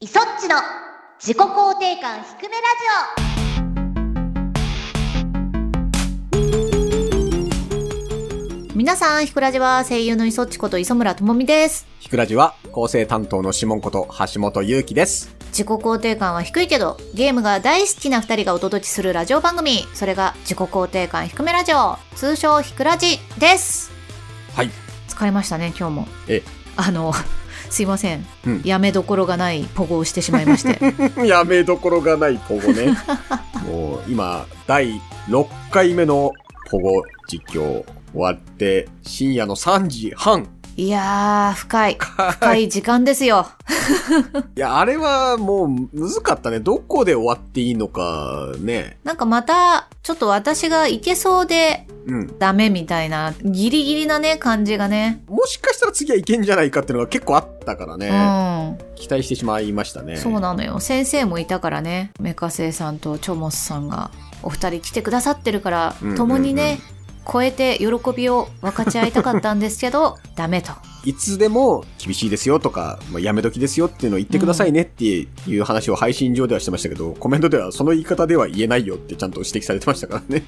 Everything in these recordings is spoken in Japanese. イソッチの自己肯定感低めラジ皆さん、ひくらじは声優の磯っちこと磯村智美です。ひくらじは、構成担当の指紋こと橋本祐希です。自己肯定感は低いけど、ゲームが大好きな二人がお届けするラジオ番組、それが自己肯定感低めラジオ、通称ひくらじです。はい。疲れましたね、今日も。えあの、すいません。うんやめどころがないポゴをしてしまいまして。 やめどころがないポゴ ね。もう、今、第6回目のポゴ実況終わって、深夜の3時半。いやー、深い。深い時間ですよ。いや、あれはもう、むずかったね。どこで終わっていいのか、ね。なんかまた、ちょっと私がいけそうでうん。ダメみたいな、ギリギリなね、感じがね。もしかしたら次はいけんじゃないかっていうのが結構あったからうね。ん。期待してしまいましたね。そうなのよ先生もいたからねメカセイさんとチョモスさんがお二人来てくださってるから、うんうんうん共にね超えて喜びを分かち合いたかったんですけど ダメといつでも厳しいですよとか、まあ、やめ時ですよっていうのを言ってくださいねっていう話を配信上ではしてましたけど、コメントではその言い方では言えないよってちゃんと指摘されてましたからね。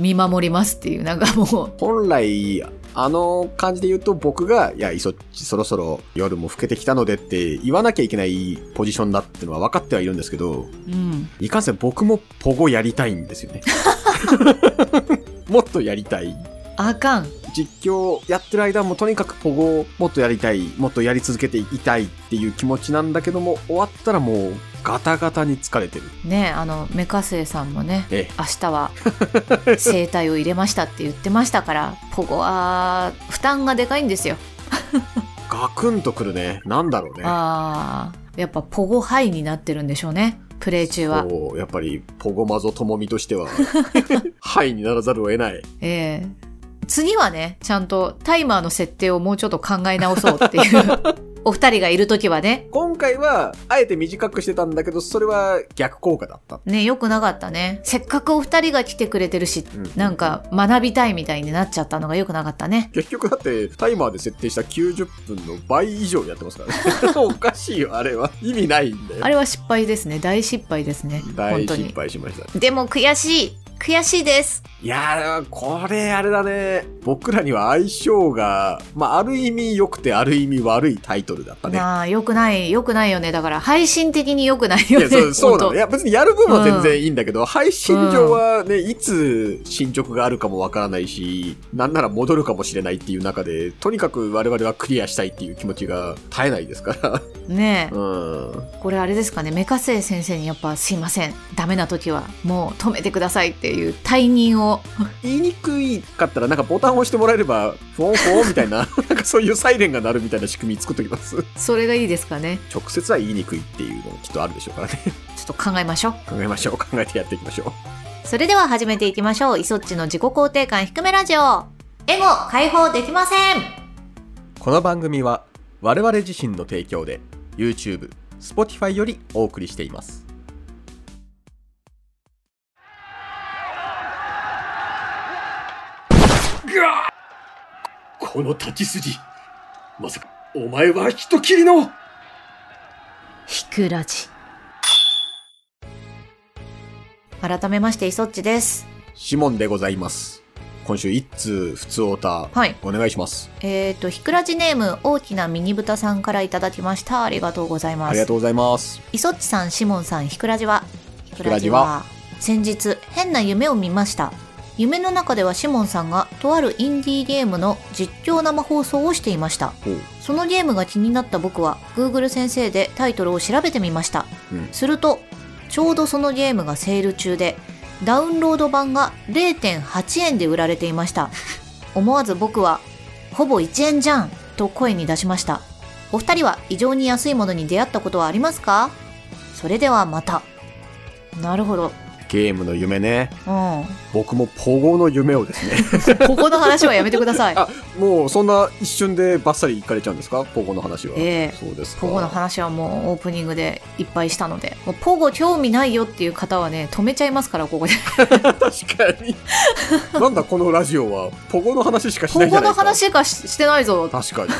見守りますっていうなんかもう本来、あの感じで言うと僕が、いや、いそっちそろそろ夜も更けてきたのでって言わなきゃいけないポジションだってのは分かってはいるんですけど、うんいかんせん僕もポゴやりたいんですよね。 もっとやりたい。あかん実況やってる間もとにかくポゴをもっとやりたいもっとやり続けていたいっていう気持ちなんだけども終わったらもうガタガタに疲れてるねあのメカセイさんもねえ明日 は生態を入れましたって言ってましたからポゴは負担がでかいんですよえガクンとくるねなんだろうねあーやっぱポゴハイになってるんでしょうねプレイ中はこうやっぱりポゴマゾともみとし てははいにならざるを得ないええ次はね、ちゃんとタイマーの設定をもうちょっと考え直そうって いう。お二人がいるときはね。今回はあえて短くしてたんだけどそれは逆効果だった、ね、良くなかったね。せっかくお二人が来てくれてるし、なんか学びたいみたいになっちゃったのが良くなかったね。結局だってタイマーで設定した90分の倍以上やってますからね おかしいよあれは意味ないんだよあれは失敗ですね。大失敗ですね。本大当失に。敗しましたでも悔しい。悔しいです。いやー、これあれだね。僕らには相性が、まあ、ある意味良くてある意味悪いタイトルだったね。なあ、良くない、良くないよね。だから配信的に良くないいよね。や、そう、そうな本の。当いや、別にやる分は全然いいんだけど、配信上はね、いつ進捗があるかもわからないし、なんなら戻るかもしれないっていう中で、とにかく我々はクリアしたいっていう気持ちが絶えないで すから。ねえう。ん。これあれですかねメカセイ先生にやっぱすいませんダメな時はもう止めてくださいっていう退任を言いにくいかったら、なんかボタンを押してもらえれば、フォンフォンみたいな、 なんかそういうサイレンが鳴るみたいな仕組み作っときます。それがいいですかね直接は言いにくいっていうのもきっとあるでしょうからね。ちょっと考えましょう考えましょう考えてやっていきましょそれでは始めていきましょうイソッチの自己肯定感低めラジオエゴ解放できませんうこの番組は我々自身の提供で YouTube、Spotify よりお送りしていますこの立ち筋まさかお前は人斬りのひくらじ改めましてイソッチですシモンでございます今週一通普通オーター、はいお願いしますえっ、ー、とひくらじネーム大きなミニブタさんからいただきましたありがとうございあまりすがとうございますイソッチさん、シモンさん、ひくらじは。ひくらじは先日、変な夢を見ました。夢の中ではシモンさんが、とあるインディーゲームの実況生放送をしていました。ほうそのゲームが気になった僕は、Google 先生でタイトルを調べてみました。うんすると、ちょうどそのゲームがセール中で、ダウンロード版が0.8円で売られていました。思わず僕は、ほぼ1円じゃんと声に出しました。お二人は異常に安いものに出会ったことはありますかそれではまた。なるほど。ゲームの夢ねうん。僕もポゴの夢をですねここの話はやめてくだ さい。あもうそんな一瞬でバッサリいかれちゃうんですかポゴの話はええそうですかポゴの話はもうオープニングでいっぱいしたので、もうポゴ興味ないよっていう方はね、止めちゃいますから、ここで。確か になんだこのラジオはポゴの話しかしポないじゴゃないのですか話しかししてないぞ。確かに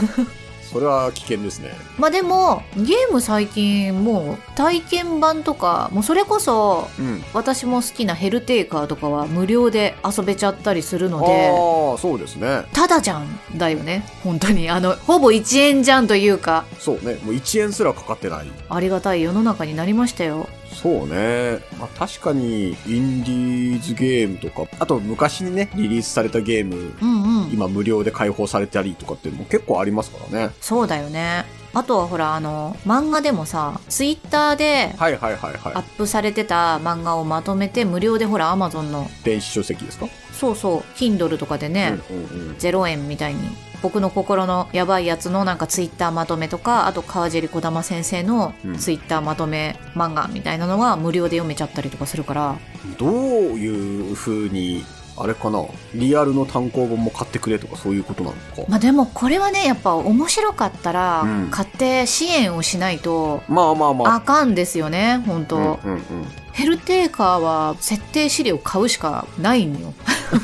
それは危険ですね。まあでもゲーム最近もう体験版とかもうそれこそうん。私も好きなヘルテイカーとかは無料で遊べちゃったりするのでああ、そうですね。ただじゃんだよね本当にあのほぼ1円じゃんというかそうね。もう1円すらかかってない。ありがたい世の中になりましたよそうね。まあ確かに、インディーズゲームとか、あと昔にね、リリースされたゲーム、うんうん今無料で開放されたりとかっていうのも結構ありますからね。そうだよねあとはほらあの漫画でもさツイッターではいはいはいアッはプされてた漫画をまとめて無料でほらアマゾンのい。電子書籍ですか、そうそう Kindle とかでね、うんうんうん。 0円みたいに僕の心のやばいやつのなんかツイッターまとめとかあと川尻児玉先生のうんツイッターまとめ漫画みたいなのは無料で読めちゃったりとかするからどういう風に、あれかな、リアルの単行本も買ってくれとかそういうことなのか。まあでもこれはねやっぱ面白かったらうん買って支援をしないとまあまあまあ。あかんですよね本当、うんうんうん。ヘルテーカーは設定資料買うしかないんよ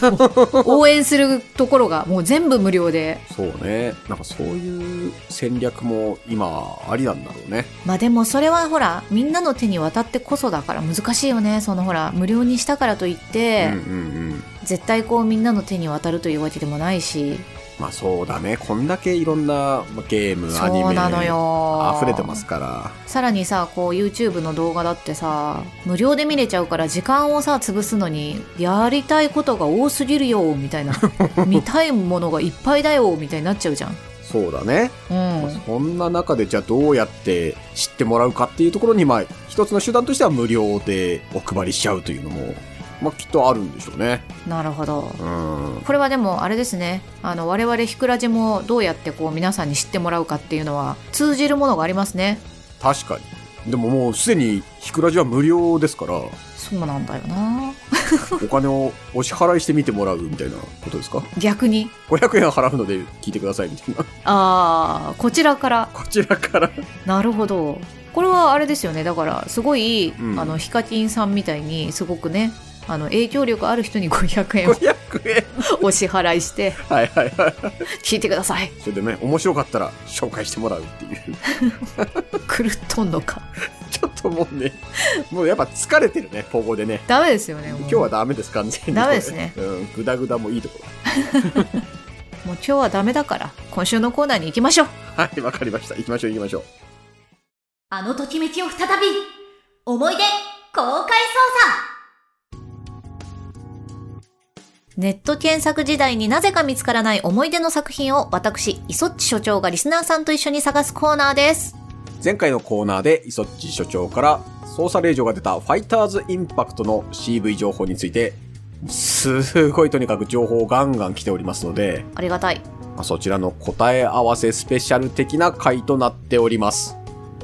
応援するところがもう全部無料でそうね。なんかそういう戦略も今ありなんだろうね。まあでもそれはほらみんなの手に渡ってこそだから難しいよねそのほら無料にしたからといっうんて、うんうん。絶対こうみんなの手に渡るというわけでもないしまあそうだね。こんだけいろんなまあゲーム、アニそうメ、なのよ溢れてますから。さらにさこう YouTube の動画だってさ無料で見れちゃうから時間をさ潰すのにやりたいことが多すぎるよみた いな見たいものがいっぱいだよみたいになっちゃうじゃんそうだね。うん、そんな中でじゃあどうやって知ってもらうかっていうところに、まあ一つの手段としては無料でお配りしちゃうというのも、まあきっとあるんでしょうね。なるほどうん。これはでもあれですねあの我々ひくらじもどうやってこう皆さんに知ってもらうかっていうのは通じるものがありますね確かに。でももうすでにひくらじは無料ですから、そうなんだよなお金をお支払いしてみてもらうみたいなことですか逆に ?500 円払うので聞いてくださいみたいな。ああこちらからこちらから。なるほどこれはあれですよねだからすごい、うんあのヒカキンさんみたいにすごくねあの影響力ある人に500円を500円。お支払いしてはいはいはい。聞いてくだ さいそれでね、面白かったら紹介してもらうっていう。狂っとんのかちょっともうね、もうやっぱ疲れてるね、ポゴでね。ダメですよねもう今日はダメです、完全に。ダメですね。うん、グダグダもいいとこもう今日はダメだから今週のコーナーに行きましょうろ。はい、わかりました。行きましょう行きましょう。あのときめきを再び思い出公開捜ネット検索時代になぜか見つからない思い出の作品を私、イソッチ所長がリスナーさんと一緒に探すコーナーです。前回のコーナーで、イソッチ所長から、捜査令状が出たファイターズインパクトの CV 情報について、すごいとにかく情報ガンガン来ておりますので、ありがたい。まあそちらの答え合わせスペシャル的な回となっております。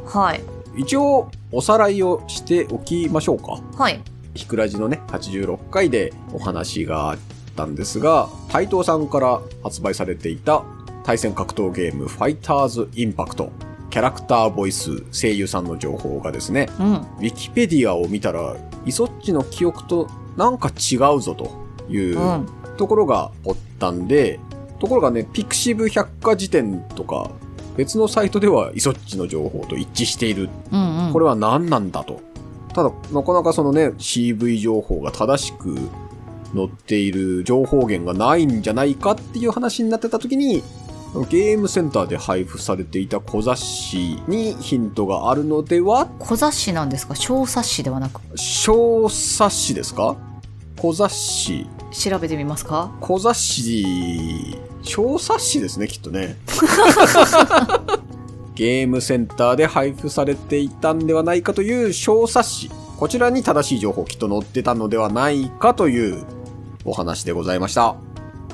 はい。一応、おさらいをしておきましょうか。はい。ひくらじのね、86回でお話があったんですが、斎藤さんから発売されていた対戦格闘ゲームファイターズインパクト。キャラクターボイス、声優さんの情報がですね、うん。ウィキペディアを見たら、イソッチの記憶となんか違うぞといううん。ところが発端で、ところがね、ピクシブ百科事典とか、別のサイトではイソッチの情報と一致しているうん、うん。これは何なんだと。ただ、なかなかそのね、CV 情報が正しく載っている情報源がないんじゃないかっていう話になってた時に、ゲームセンターで配布されていた小雑誌にヒントがあるのでは小雑誌なんですか小冊子ではなく。小冊子ですか小雑誌。調べてみますか小雑誌、小冊子ですね、きっと ね。ゲームセンターで配布されていたんではないかという小冊子。こちらに正しい情報きっと載ってたのではないかというお話でございました。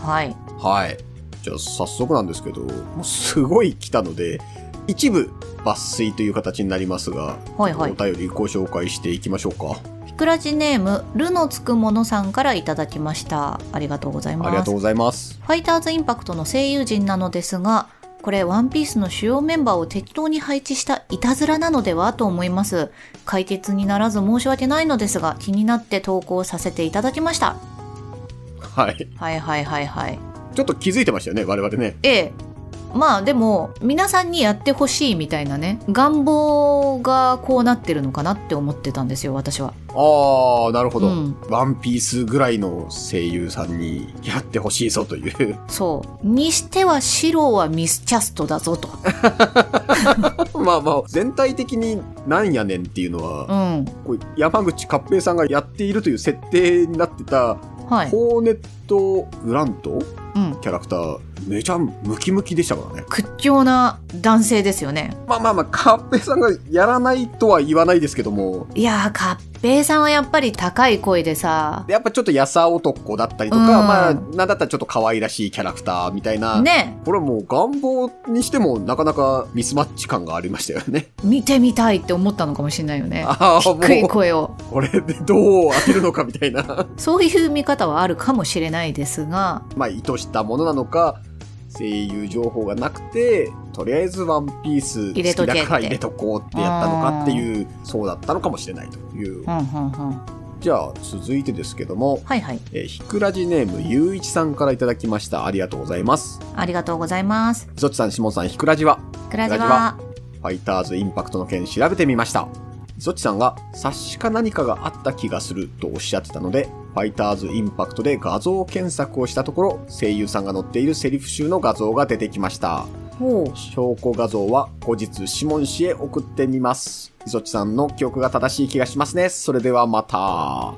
はい。はい。じゃあ早速なんですけど、もうすごい来たので、一部抜粋という形になりますが、はいはいお便りご紹介していきましょうか。ひくらじネーム、るのつくものさんからいただきました。ありがとうございます。ありがとうございます。ファイターズインパクトの声優陣なのですが、これワンピースの主要メンバーを適当に配置したいたずらなのではと思います。解決にならず申し訳ないのですが、気になって投稿させていただきました。はい。はいはいはいはい。ちょっと気づいてましたよね、我々ね。ええ。まあでも皆さんにやってほしいみたいなね願望がこうなってるのかなって思ってたんですよ私はああ、なるほど、うんワンピースぐらいの声優さんにやってほしいぞという。そうにしては白はミスキャストだ ぞと まあまあ、全体的になんやねんっていうのは、うんこう山口勝平さんがやっているという設定になってた、はいホーネット・グラントうんキャラクター、めちゃムキムキでしたからね。屈強な男性ですよねまあまあまあ、勝平さんがやらないとは言わないですけども、いやーカッペイさんはやっぱり高い声でさやっぱちょっと優男だったりとうか、んまあ、なんだったらちょっと可愛らしいキャラクターみたいな、ねこれはもう願望にしてもなかなかミスマッチ感がありましたよね。見てみたいって思ったのかもしれないよねああ、も、低いう声をこれでどう当てるのかみたいな。そういう見方はあるかもしれないですがまあ、意図したものなのか、声優情報がなくて、とりあえずワンピース入れと好けってきだから入れとこうってやったのかっていう、そうだったのかもしれないというう。んうんうんじゃあ、続いてですけども、はいはいえーひくらじネームゆういちさんからいただきました。ありがとうございます。ありがとうございますそっちさん、しもんさん、ひくらじはクラジクラジははファイターズインパクトの件調べてみました。そっちさんが冊子か何かがあった気がするとおっしゃってたので、ファイターズインパクトで画像検索をしたところ、声優さんが載っているセリフ集の画像が出てきました。ほう証拠画像は後日シモン氏へ送ってみます。そっちさんの記憶が正しい気がしますね。それではまた。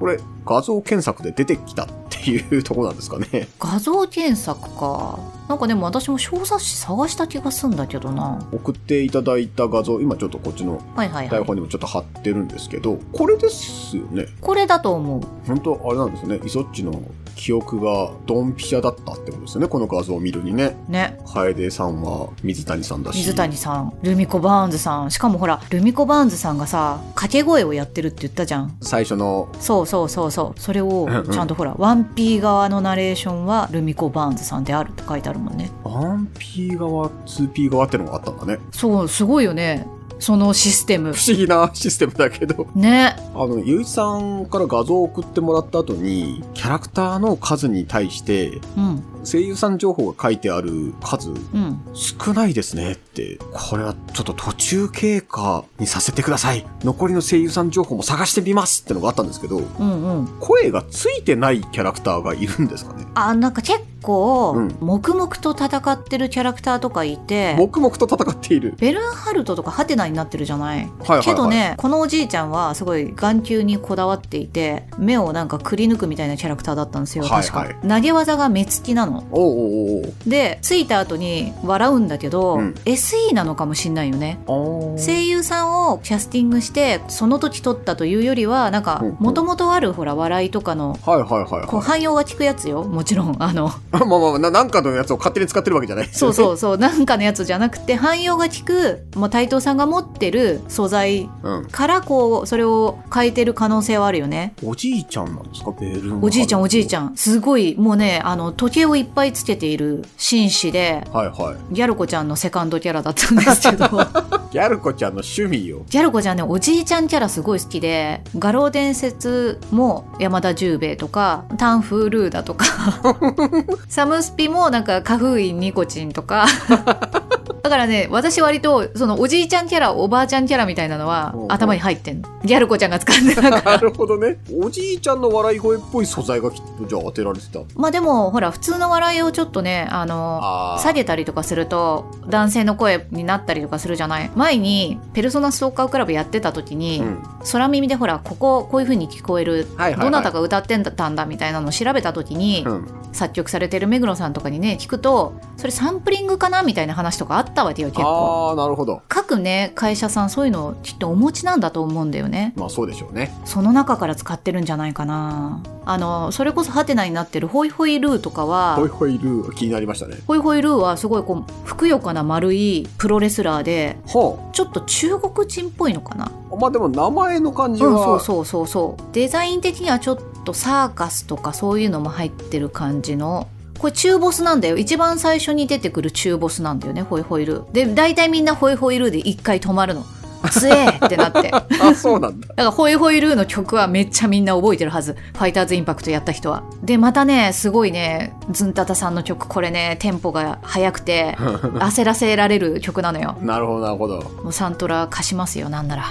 これ、画像検索で出てきたっていうとこなんですかね。画像検索かなんかでも私も小冊子探した気がすんだけどな送っていただいた画像、今ちょっとこっちのはいはいは台い本にもちょっと貼ってるんですけど、これですよね。これだと思う本当あれなんですね。イソッチの記憶がドンピシャだったってことですよね。この画像を見るにね。ね楓さんは水谷さんだし。水谷さんルミコ・バーンズさんしかもほらルミコ・バーンズさんがさ掛け声をやってるって言ったじゃん最初の、そうそうそうそうそれをうんうんちゃんとほら、ワンピー側のナレーションはルミコ・バーンズさんであるって書いてあるもんね 1P 側、2P 側ってのがあったんだね。 そうすごいよねそのシステム不思議なシステムだけど。ねあの、ゆういちさんから画像を送ってもらった後に、キャラクターの数に対して、うん声優さん情報が書いてある数、うん少ないですねって、これはちょっと途中経過にさせてください。残りの声優さん情報も探してみますってのがあったんですけど、うんうん声がついてないキャラクターがいるんですかね。あなんか結構、うん黙々と戦ってるキャラクターとかいて黙々と戦っている。ベルンハルトとかハテナになってるじゃないはいはい、はい。けど。ねこのおじいちゃんはすごい眼球にこだわっていて目をなんかくり抜くみたいなキャラクターだったんですよはい確か、はい投げ技が目つきなのおうおうでついた後に笑うんだけど、うん SE なのかもしんないよねおうおう。声優さんをキャスティングしてその時撮ったというよりはなんかうんうんもともとあるほら笑いとかのはいはいはいこうは汎用が効くやつよもちろんあの い。まあまあまあな、なんかのやつを勝手に使ってるわけじゃないですそようね。そうそうなんかのやつじゃなくて汎用が効く、まあ、台頭さんが持ってる素材う。うん。からこうそれを変えてる可能性はあるよねおじいちゃんなんですかベルンおじいちゃんおじいちん。ゃんすごいもうねあの時計をいっぱいつけている紳士ではいはい。ギャル子ちゃんのセカンドキャラだったんですけ どギャルコちゃんの趣味よ。ギャル子ちゃんねおじいちゃんキャラすごい好きで「画廊伝説」も山田十兵衛とか「タンフールーダ」 とかサムスピもなんか「カフインニコチン」と かだからね私割とそのおじいちゃんキャラおばあちゃんキャラみたいなのはうんうん頭に入ってんギャル子ちゃんが使ってた からなるほどね。おじいちゃんの笑い声っぽい素材がきっとじゃあ当てられてた。まあでもほら普通の笑いをちょっとねあのあー下げたりとかすると男性の声になったりとかするじゃない前に「ペルソナストーカークラブ」やってた時に、うん。空耳でほらこここういう風に聞こえる、はいはいはいどなたが歌ってんだたんだみたいなのを調べた時に、うん。作曲されてる目黒さんとかにね聞くとそれサンプリングかなみたいな話とかあったわけよ結構。ああ、なるほど。各ね会社さんそういうのをきっとお持ちなんだと思うんだよねまあそうでしょうね。その中から使ってるんじゃないかなあのそれこそハテナになってるホイホイルーとかはホイホイルー気になりましたね。ホイホイルーはすごいこうふくよかな丸いプロレスラーではちょっと中国人っぽいのかなあ。まあでも名前の感うんじは。そうそうそうそうデザイン的にはちょっとサーカスとかそういうのも入ってる感じのこれ中ボスなんだよ一番最初に出てくる中ボスなんだよねホイホイルーで大体みんなホイホイルーで一回止まるのつえーってなって。だかあ、そうなんだ。 ら、ホイホイルーの曲はめっちゃみんな覚えてるはず。ファイターズインパクトやった人は。で、またね、すごいね、ズンタタさんの曲、これね、テンポが速くて、焦らせられる曲なのよ。なるほど、なるほど。もうサントラ貸しますよ、なんなら。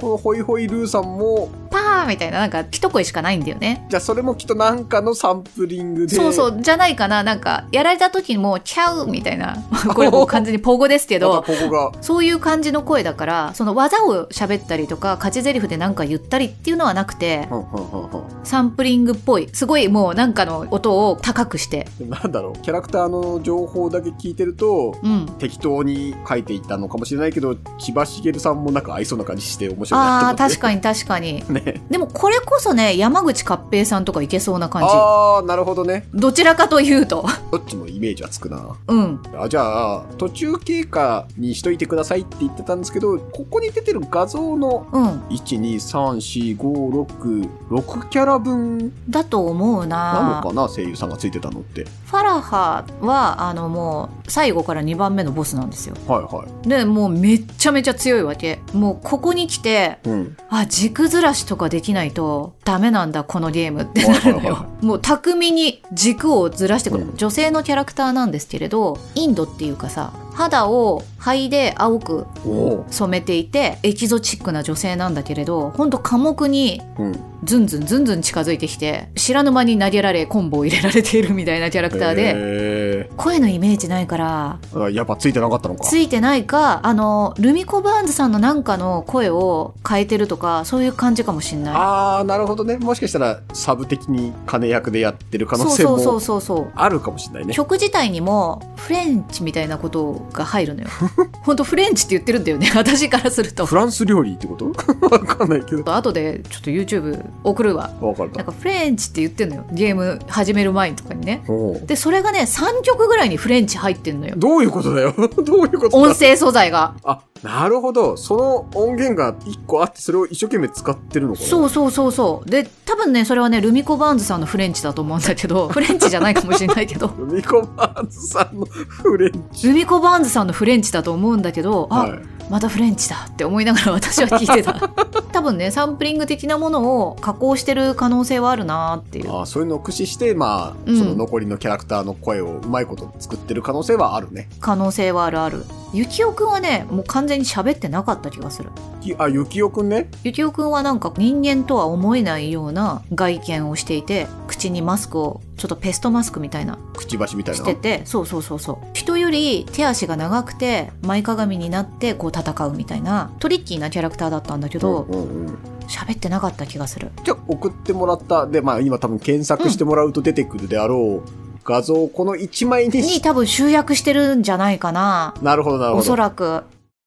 このホイホイルーさんも、パーみたいな、なんか一声しかないんだよね。じゃあそれもきっとなんかのサンプリングで。。そうそうう、じゃないかな、なんか、やられた時にもう、キャウみたい な。これもう完全にポゴですけまたどこ、こが、そういう感じの声だから、その技を喋ったりとか、勝ち台詞でなんか言ったりっていうのはなくて、ふんふんふんふんサンプリングっぽい、すごいもうなんかの音を高くして、でもなんだろう、キャラクターの情報だけ聞いてると、うん。適当に書いていったのかもしれないけど、千葉茂さんもなんか合いそうな感じして面白いあなあ、と思って確。かに確かに。ね。でもこれこそね、山口勝平さんとかいけそうな感じ。ああ、なるほどね。どちらかという と、どっちもイメージはつくな。うん。あじゃあ、途中経過にしといてくださいって言ってたんですけど、ここに出てる画像の、うん。 1、2、3、4、5、6、6キャラ分だと思うななのかな声優さんがついてたのって。ファラハは、あのもう、最後から2番目のボスなんですよ。はいはい。で、もうめっちゃめちゃ強いわけ。もうここに来て、うん。あ、軸ずらしとかできないとダメなんだ、このゲームってなるのはいはいよ。もう巧みに軸をずらしてくる。うん女性のキャラクターなんですけれど、インドっていうかさ、肌を灰で青くおお。染めていて、エキゾチックな女性なんだけれど、ほんと寡黙にうん。ずんずんずんずん近づいてきて、知らぬ間に投げられ、コンボを入れられているみたいなキャラクターで、で。声のイメージないから、あやっぱついてなかったのか。ついてないか、あの、ルミコ・バーンズさんのなんかの声を変えてるとか、そういう感じかもしんない。ああ、なるほどね。もしかしたらサブ的に金役でやってる可能性そうそうそうもそうそうあるかもしれないね。曲自体にもフレンチみたいなことが入るのよ ほんとフレンチって言ってるんだよね 私からするとフランス料理ってこと わかんないけど。あとでちょっと YouTube 送るわわかるなんな。かフレンチって言ってんのよゲーム始める前とかにねおうでそれがね3曲ぐらいにフレンチ入ってんのよどういうことだよ どういうことだ音声素材があ、なるほど。その音源が1個あって、それを一生懸命使ってるのかなそうそうそうそうで多分ねそれはねルミコ・バーンズさんのフレンチだと思うんだけど フレンチじゃないかもしれないけどルミコバーンズさんのフレンチ。ルミコ・バーンズさんのフレンチだと思うんだけど、あ、はい。またフレンチだって思いながら私は聞いて た多分ねサンプリング的なものを加工してる可能性はあるなーっていうあそういうのを駆使して、まあ、うんその残りのキャラクターの声をうまいこと作ってる可能性はあるね。可能性はあるあるゆきおくんはねもう完全に喋ってなかった気がするきあ、ゆきおくんね。ゆきおくんはなんか人間とは思えないような外見をしていて口にマスクをちょっとペストマスクみたいなくちばしみたいな。しててそうそうそうそう人より手足が長くて前かがみになってこう戦うみたいなトリッキーなキャラクターだったんだけどうんうんうん、喋ってなかった気がするじゃあ送ってもらった。で、まあ今多分検索してもらうと出てくるであろう画像をこの1枚ににし、多分集約してるんじゃないかななるほどなるおほそど。らく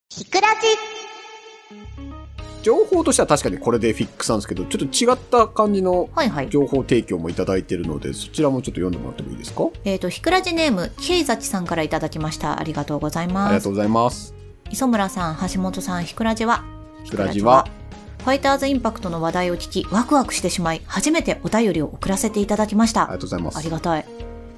ひくらじ。情報としては確かにこれでフィックスなんですけど、ちょっと違った感じのはいはい情報提供もいただいてるので、そちらもちょっと読んでもらってもいいですかえっ、とひくらじネームケイザチさんからいただきましたありがとうございありまがすとうございます。磯村さん橋本さんひくらじはひくらじは、ファイターズインパクトの話題を聞きワクワクしてしまい初めてお便りを送らせていただきましあたりがとうございまあすり。がたい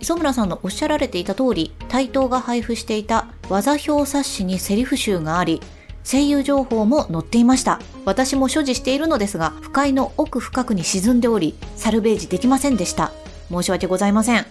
磯村さんのおっしゃられていた通り台東が配布していた技表冊子にセリフ集があり声優情報も載っていました私も所持しているのですが不快の奥深くに沈んでおりサルベージできませんでした申し訳ございません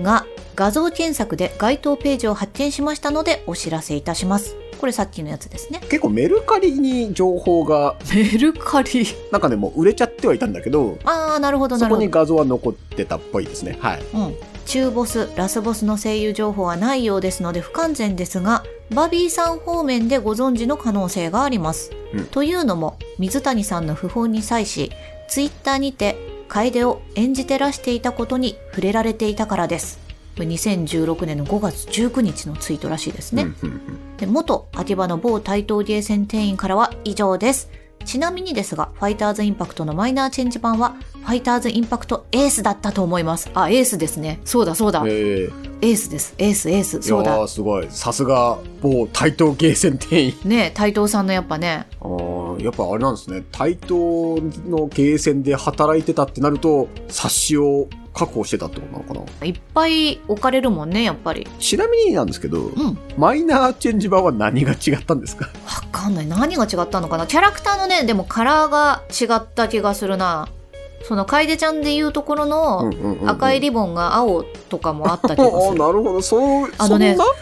が画像検索で該当ページを発見しましたのでお知らせいたしますこれさっきのやつですね結構メルカリに情報が、メルカリなんかね、もう売れちゃってはいたんだけど、ああなるほどそなるこほどに画像は残ってたっぽいですね。はい。うん、中ボスラスボスの声優情報はないようですので不完全ですがバビーさん方面でご存知の可能性があります、うんというのも水谷さんの訃報に際しツイッターにて楓を演じてらしていたことに触れられていたからですこれ2016年の5月19日のツイートらしいですね、うんうんうんで元秋葉の某台東ゲーセン店員からは以上ですちなみにですが、ファイターズインパクトのマイナーチェンジ版は、ファイターズインパクトエースだったと思います。あ、エースですね。そうだそうだ。ええエースです。エース、エース。そういやだー。すごい。さすが、某台東ゲーセン店員。ねえ、台東さんのやっぱね、あーやっぱあれなんですね。台東のゲーセンで働いてたってなると、冊子を確保してたってことなのかないっぱい置かれるもんね、やっぱり。ちなみになんですけど、んマイナーチェンジ版は何が違ったんですかわかんない。何が違ったのかなキャラクターのね、でもカラーが違った気がするな。その、楓ちゃんで言うところうんのうんうんうん赤いリボンが青とかもあった気あがあ する。なるほどそうあのねそんな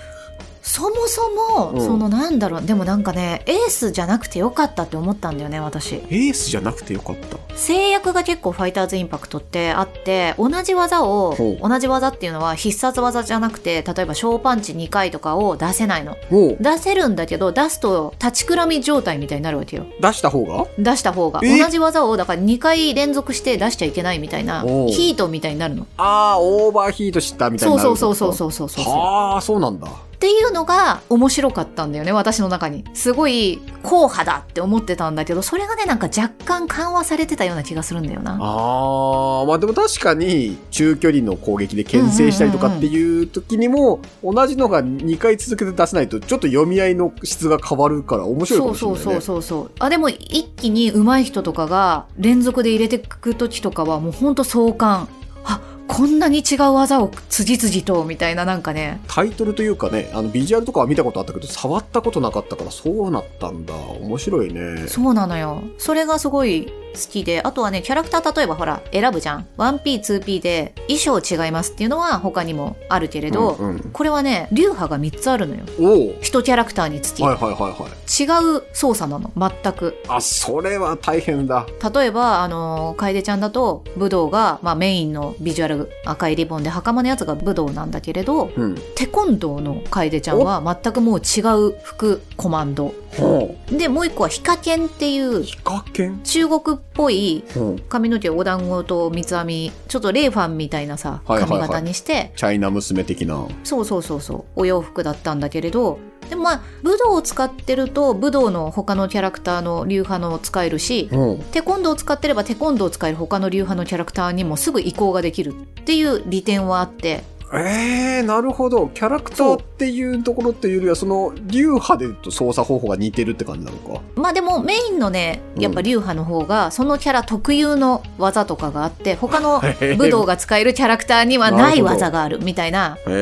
そもそも、うんそのなんだろう、でもなんかね、エースじゃなくてよかったって思ったんだよね、私。エースじゃなくてよかった制約が結構ファイターズインパクトってあって、同じ技をほ、う同じ技っていうのは必殺技じゃなくて、例えば小パンチ2回とかを出せないの。もう出せるんだけど、出すと立ちくらみ状態みたいになるわけよ。出した方が出した方が。え同じ技を、だから2回連続して出しちゃいけないみたいな、おうヒートみたいになるの。ああオーバーヒートしたみたいそにうなるそうそうそううそうそうそう。はあそうなんだっていうのが面白かったんだよね、私の中に。すごい、硬派だって思ってたんだけど、それがね、なんか若干緩和されてたような気がするんだよな。ああまあでも確かに中距離の攻撃で牽制したりとかっていう時にも同じのが2回続けて出せないとちょっと読み合いの質が変わるから面白いかそもうしれそなういねそうそうそうあでも一気に上手い人とかが連続で入れてく時とかはもうほんと壮観あこんなに違う技を次々とみたいななんかねタイトルというかねあのビジュアルとかは見たことあったけど触ったことなかったからそうなったんだ面白いねそうなのよそれがすごい好きであとはねキャラクター例えばほら選ぶじゃん 1P2P で衣装違いますっていうのは他にもあるけれど、うんうんこれはね流派が3つあるのよおお1キャラクターにつき、はいはいはいはい違う操作なの全くあそれは大変だ例えば、あの、楓ちゃんだと、武道が、まあ、メインのビジュアル赤いリボンで、袴のやつが武道なんだけれど、うんテコンドーの楓ちゃんは全くもう違う服、コマンド。ほで、もう一個はヒカケンっていう、ヒカキン中国っぽいほう髪の毛お団子と三つ編み、ちょっとレイファンみたいなさ、はいはい髪はい型にして、チャイナ娘的なそうそうそうそう、お洋服だったんだけれど、でもまあ、武道を使ってると、武道の他のキャラクターの流派の使えるし、ほうテコンドーを使ってればテコンドーを使える他の流派のキャラクターにもすぐ移行ができるっていう利点はあってえー、なるほどキャラクターっていうところっていうよりはその流派で言うと操作方法が似てるって感じなのかまあでもメインのねやっぱ流派の方がそのキャラ特有の技とかがあって他 の武道が使えるキャラクターにはない技があるみたいなへえ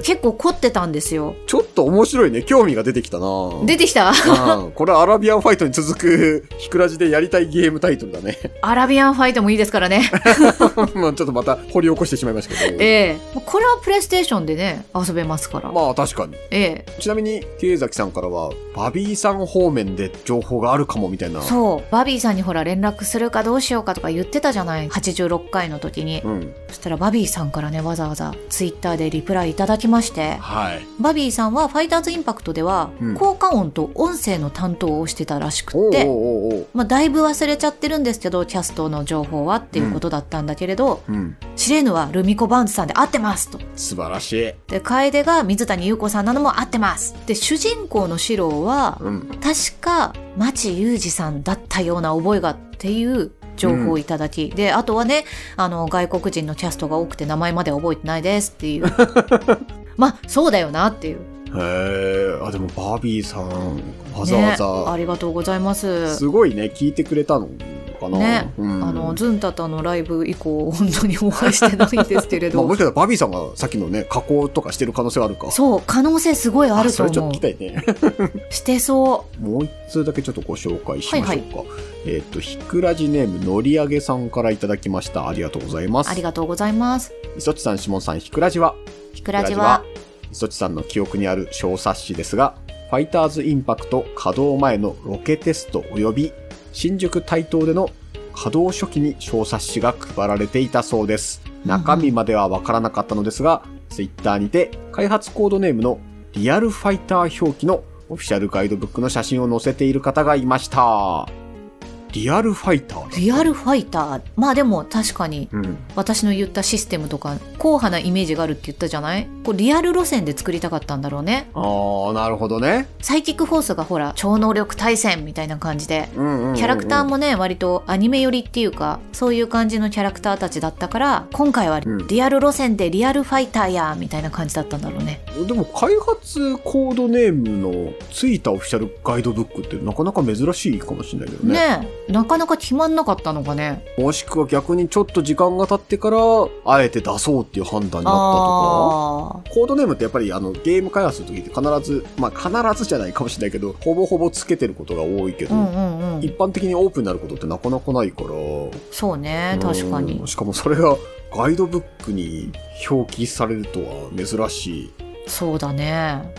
ー、結構凝ってたんですよちょっと面白いね興味が出てきたな出てきた うんこれアラビアンファイトに続くひくらじでやりたいゲームタイトルだね アラビアンファイトもいいですから ねまあちょっとまた掘り起こしてしまいましたけどええこれはプレイステーションでね遊べますから、まあ確かにええちなみに、経崎さんからは、バビーさん方面で情報があるかもみたいな。そうバビーさんにほら連絡するかどうしようかとか言ってたじゃない86回の時にうん。そしたらバビーさんからねわざわざツイッターでリプライいただきましてはい。バビーさんは「ファイターズインパクト」ではうん効果音と音声の担当をしてたらしくおうって、おうおうおう。まあ、だいぶ忘れちゃってるんですけどキャストの情報はっていうことだったんだけれど、うん。シレーヌはルミコ・バウンズさんで合ってますと。素晴らしい。で楓が水谷優子さんなのも合ってます。で主人公のシローはうん。確か町裕二さんだったような覚えがっていう情報をいただき、であとはねあの外国人のキャストが多くて名前まで覚えてないですって いうまあそうだよなっていうへえ。あ、でもバビーさん、わざねわあざ、りがとうございますすごいね、聞いてくれたのかな。ねうん。あのまズンタタのライブ以降本当にお会いしてないんですけれ あもどしかしたらバビーさんがさっきのね、加工とかしてる可能性があるか。そう可能性すごいあるとそれちょ思っうと聞きた いね。してそうもう一通だけちょっとご紹介しましょうか。はいはえっ、と、ひくらじネームのりあげさんからいただきました。ありがとうございます。ありがとうございます磯地さん、しもんさん、ひくらじはひくらじは磯地さんの記憶にある小冊子ですが、ファイターズインパクト稼働前のロケテスト及び新宿台東での稼働初期に小冊子が配られていたそうです。中身まではわからなかったのですが、ツイッターにて開発コードネームのリアルファイター表記のオフィシャルガイドブックの写真を載せている方がいました。リアルファイターだったリアルファイターまあでも確かにうん。私の言ったシステムとか硬派なイメージがあるって言ったじゃないこうリアル路線で作りたかったんだろうねあー、なるほどね。サイキックフォースがほら超能力対戦みたいな感じでうんうんうんうんキャラクターもね割とアニメ寄りっていうかそういう感じのキャラクターたちだったから今回はうんリアル路線でリアルファイターやみたいな感じだったんだろうねでも開発コードネームのついたオフィシャルガイドブックってなかなか珍しいかもしれないけどね。ねなかなか決まんなかったのかね。もしくは逆にちょっと時間が経ってから、あえて出そうっていう判断になったとか。あコードネームってやっぱりあのゲーム開発の時って必ず、まあ必ずじゃないかもしれないけど、ほぼほぼつけてることが多いけあー。うど、んうんうん。一般的にオープンになることってなかなかないから。そうね、確かにうん。しかもそれがガイドブックに表記されるとは珍しい。そうだね。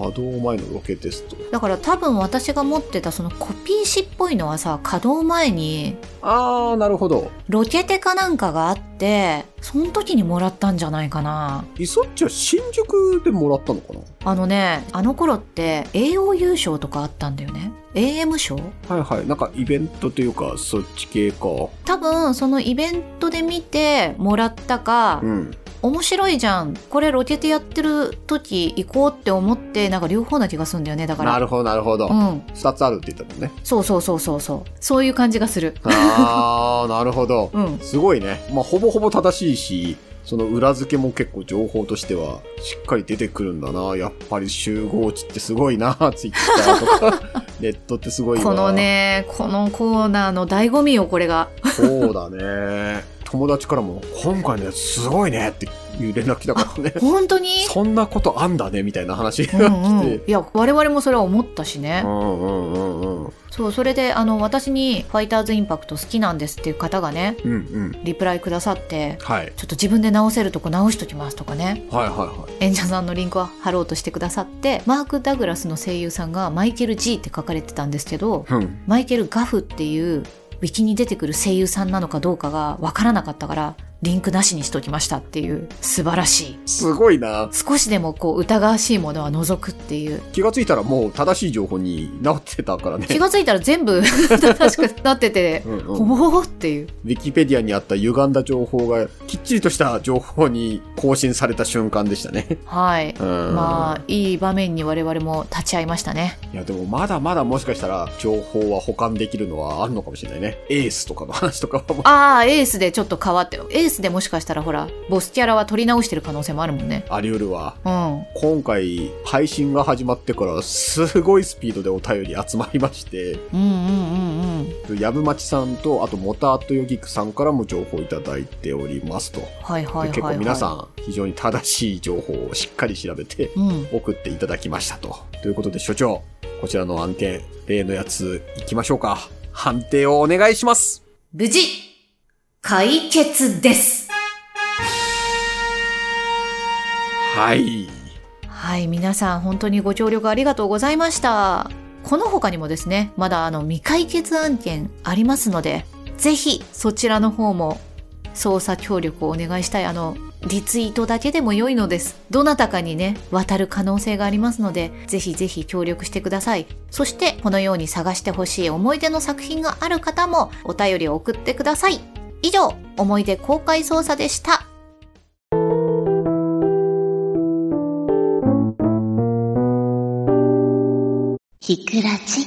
稼働前のロケテスト。だから多分私が持ってたそのコピー紙っぽいのはさ、稼働前にあー、なるほど。ロケテかなんかがあって、その時にもらったんじゃないかな。イソッチは新宿でもらったのかなあのね、あの頃って栄養優賞とかあったんだよね。AM 賞はいはい。なんかイベントというか、そっち系か。多分そのイベントで見てもらったか、うん。面白いじゃんこれロケテやってる時行こうって思ってなんか両方な気がするんだよねだからなるほど、なるほどう。ん二、つあるって言ったもんね。そうそうそうそうそうそういう感じがするあー、な るほど。うんすごいね。まあ、ほぼほぼ正しいし、その裏付けも結構情報としてはしっかり出てくるんだな。やっぱり集合値ってすごいな。 ツイッターと か、ネットってすごいわこの。ねこのコーナーの醍醐味よこれがそうだね。友達からも、今回のやつすごいねっていう連絡来たから ね。本当にそんなことあんだねみたいな話うがん、来うて。ん、いや我々もそれは思ったしね、うんうんうんうん。そうそれであの私に「ファイターズインパクト好きなんです」っていう方がねうんうん。リプライくださってはい。ちょっと自分で直せるとこ直しときますとかねはいはいはい。演者さんのリンクを貼ろうとしてくださってマーク・ダグラスの声優さんがマイケル・ G って書かれてたんですけどうん。マイケル・ガフっていうウィキに出てくる声優さんなのかどうかがわからなかったからリンクなしにしときましたっていう素晴らしいすごいな。少しでもこう疑わしいものは除くって いう気がついたらもう正しい情報になってたからね。気がついたら全部 正しくなっててうんうんほぼほっていうウィキペディアにあった歪んだ情報がきっちりとした情報に更新された瞬間でしたね。はいうん。まあいい場面に我々も立ち会いましたねいやでもまだまだもしかしたら情報は保管できるのはあるのかもしれないね。エースとかの話とかはもうああエースでちょっと変わってエースでもしかしたらほらボスキャラは取り直してる可能性もあるもんねあり得るわ。うん今回配信が始まってからすごいスピードでお便り集まりまして、うんうんうんうんやぶまちさんとあとモタートヨギクさんからも情報いただいておりますと。はいはいはい、はい、結構皆さん非常に正しい情報をしっかり調べて うん送っていただきましたと。ということで所長、こちらの案件、例のやつ行きましょうか。判定をお願いします。無事、解決です。はい。はい皆さん本当にご協力ありがとうございましたこの他にもですねまだあの未解決案件ありますのでぜひそちらの方も捜査協力をお願いしたいあのリツイートだけでも良いのですどなたかにね渡る可能性がありますのでぜひぜひ協力してくださいそしてこのように探してほしい思い出の作品がある方もお便りを送ってください以上思い出公開捜査でしたひくらち。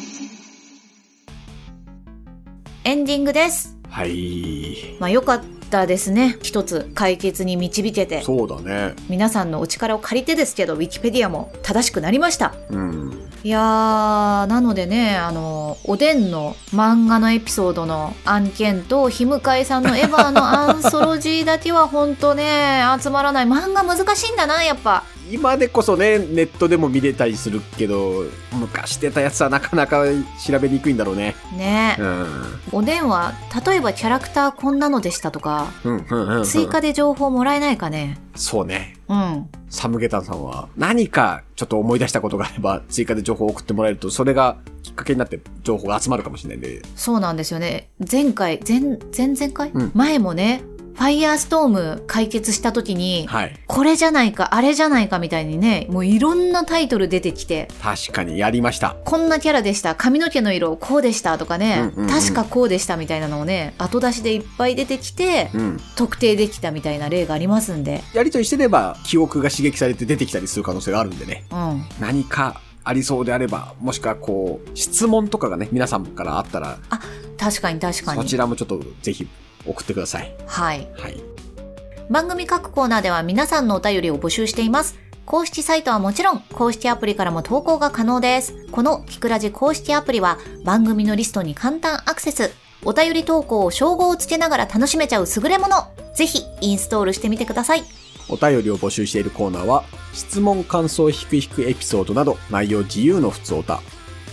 エンディングですはい。まあ良かったですね。一つ解決に導けて、そうだね。皆さんのお力を借りてですけど、ウィキペディアも正しくなりました。うん。いやー、なのでね、あの、おでんの漫画のエピソードの案件と、ひむかいさんのエヴァのアンソロジーだけは本当ね、集まらない。漫画難しいんだな、やっぱ。今でこそね、ネットでも見れたりするけど、昔出たやつはなかなか調べにくいんだろうね。ねう、ん。おでんは、例えばキャラクターこんなのでしたとか、うん、うん、うん。追加で情報もらえないかね。そうね。うん。サムゲタンさんは何かちょっと思い出したことがあれば追加で情報を送ってもらえるとそれがきっかけになって情報が集まるかもしれないんで。そうなんですよね。前回、前、前々回、うん前もね、ファイヤーストーム解決した時に、はい。これじゃないか、あれじゃないかみたいにね、もういろんなタイトル出てきて、確かにやりました。こんなキャラでした、髪の毛の色こうでしたとかね、うんうんうん確かこうでしたみたいなのをね、後出しでいっぱい出てきて、うん。特定できたみたいな例がありますんで、やりとりしてれば記憶が刺激されて出てきたりする可能性があるんでね。うん。何かありそうであれば、もしくはこう、質問とかがね、皆さんからあったら、確かに確かそにち。らもちょっとぜひ送ってください。はい。はい。番組各コーナーでは皆さんのお便りを募集しています。公式サイトはもちろん、公式アプリからも投稿が可能です。このキクラジ公式アプリは番組のリストに簡単アクセス。お便り投稿を称号をつけながら楽しめちゃう優れもの。ぜひ、インストールしてみてください。お便りを募集しているコーナーは、質問、感想、ひくひくエピソードなど、内容自由の普通歌、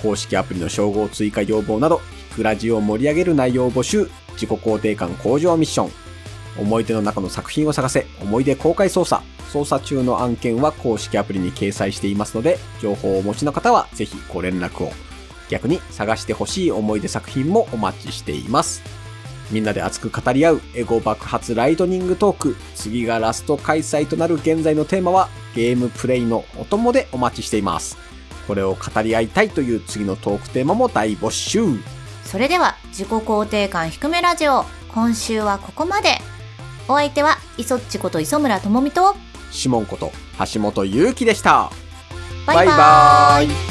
公式アプリの称号追加要望など、ひくラジオを盛り上げる内容を募集、自己肯定感向上ミッション、思い出の中の作品を探せ、思い出公開捜査、捜査中の案件は公式アプリに掲載していますので、情報をお持ちの方はぜひご連絡を。逆に探してほしい思い出作品もお待ちしています。みんなで熱く語り合うエゴ爆発ライトニングトーク。次がラスト開催となる現在のテーマはゲームプレイのお供でお待ちしています。これを語り合いたいという次のトークテーマも大募集。それでは、自己肯定感低めラジオ、今週はここまで。お相手は、磯っちこと磯村智美と、シモンこと橋本祐希でした。バイバーイーイ